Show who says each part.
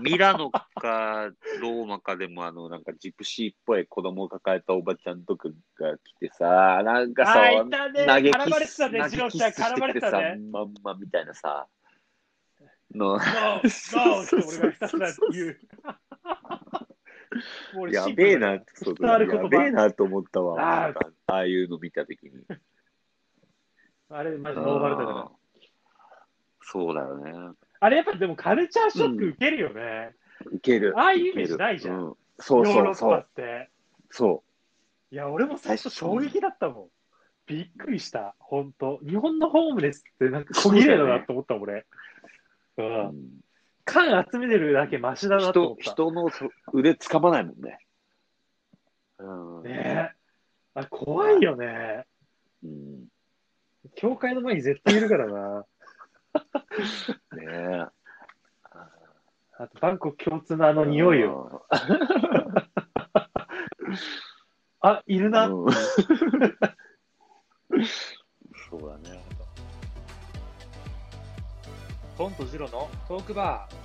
Speaker 1: ミラノかローマかでも、あの、なんかジプシーっぽい子供を抱えたおばちゃんとかが来てさ、なんかさ、
Speaker 2: あーいたね
Speaker 1: 投げキ
Speaker 2: 絡まれて
Speaker 1: ス、
Speaker 2: たね
Speaker 1: 投げキスし
Speaker 2: 絡
Speaker 1: てき
Speaker 2: まれて
Speaker 1: て
Speaker 2: た
Speaker 1: さ
Speaker 2: ね、
Speaker 1: まんまみたいなさ、の、
Speaker 2: ノー、ノーって俺がひたすら言 う。もう俺
Speaker 1: や
Speaker 2: シンプ
Speaker 1: べえ
Speaker 2: ルだ
Speaker 1: なって、そう
Speaker 2: 伝わ
Speaker 1: や
Speaker 2: る言葉
Speaker 1: べえなと思ったわ、
Speaker 2: あー
Speaker 1: なんかああいうの見たときに。
Speaker 2: あれ、マジノーマルだから。
Speaker 1: そうだよね。
Speaker 2: あれ、やっぱでもカルチャーショック受けるよね。
Speaker 1: いける。
Speaker 2: ああいうイメージないじゃん
Speaker 1: うそう
Speaker 2: ヨー
Speaker 1: そ
Speaker 2: ロ
Speaker 1: う
Speaker 2: ッ
Speaker 1: そ
Speaker 2: パ
Speaker 1: う。
Speaker 2: って。
Speaker 1: そ
Speaker 2: いや、俺も最初衝撃だったもん。びっくりした、ほんと。日本のホームレスってなんか小綺麗だなと思った、俺。
Speaker 1: う。
Speaker 2: う。
Speaker 1: うんん
Speaker 2: 缶集めてるだけマシだなと思
Speaker 1: 人
Speaker 2: った。
Speaker 1: 人のそ腕つかまないもんね。うん
Speaker 2: ねえ。あ、怖いよね。
Speaker 1: うんね
Speaker 2: 教会の前に絶対いるからな。
Speaker 1: え。
Speaker 2: あと、バンコク共通のあの匂いを。
Speaker 1: よ。
Speaker 2: あ、いる
Speaker 1: うん
Speaker 2: な。
Speaker 1: そうだね。
Speaker 2: トンとジロのトークバー。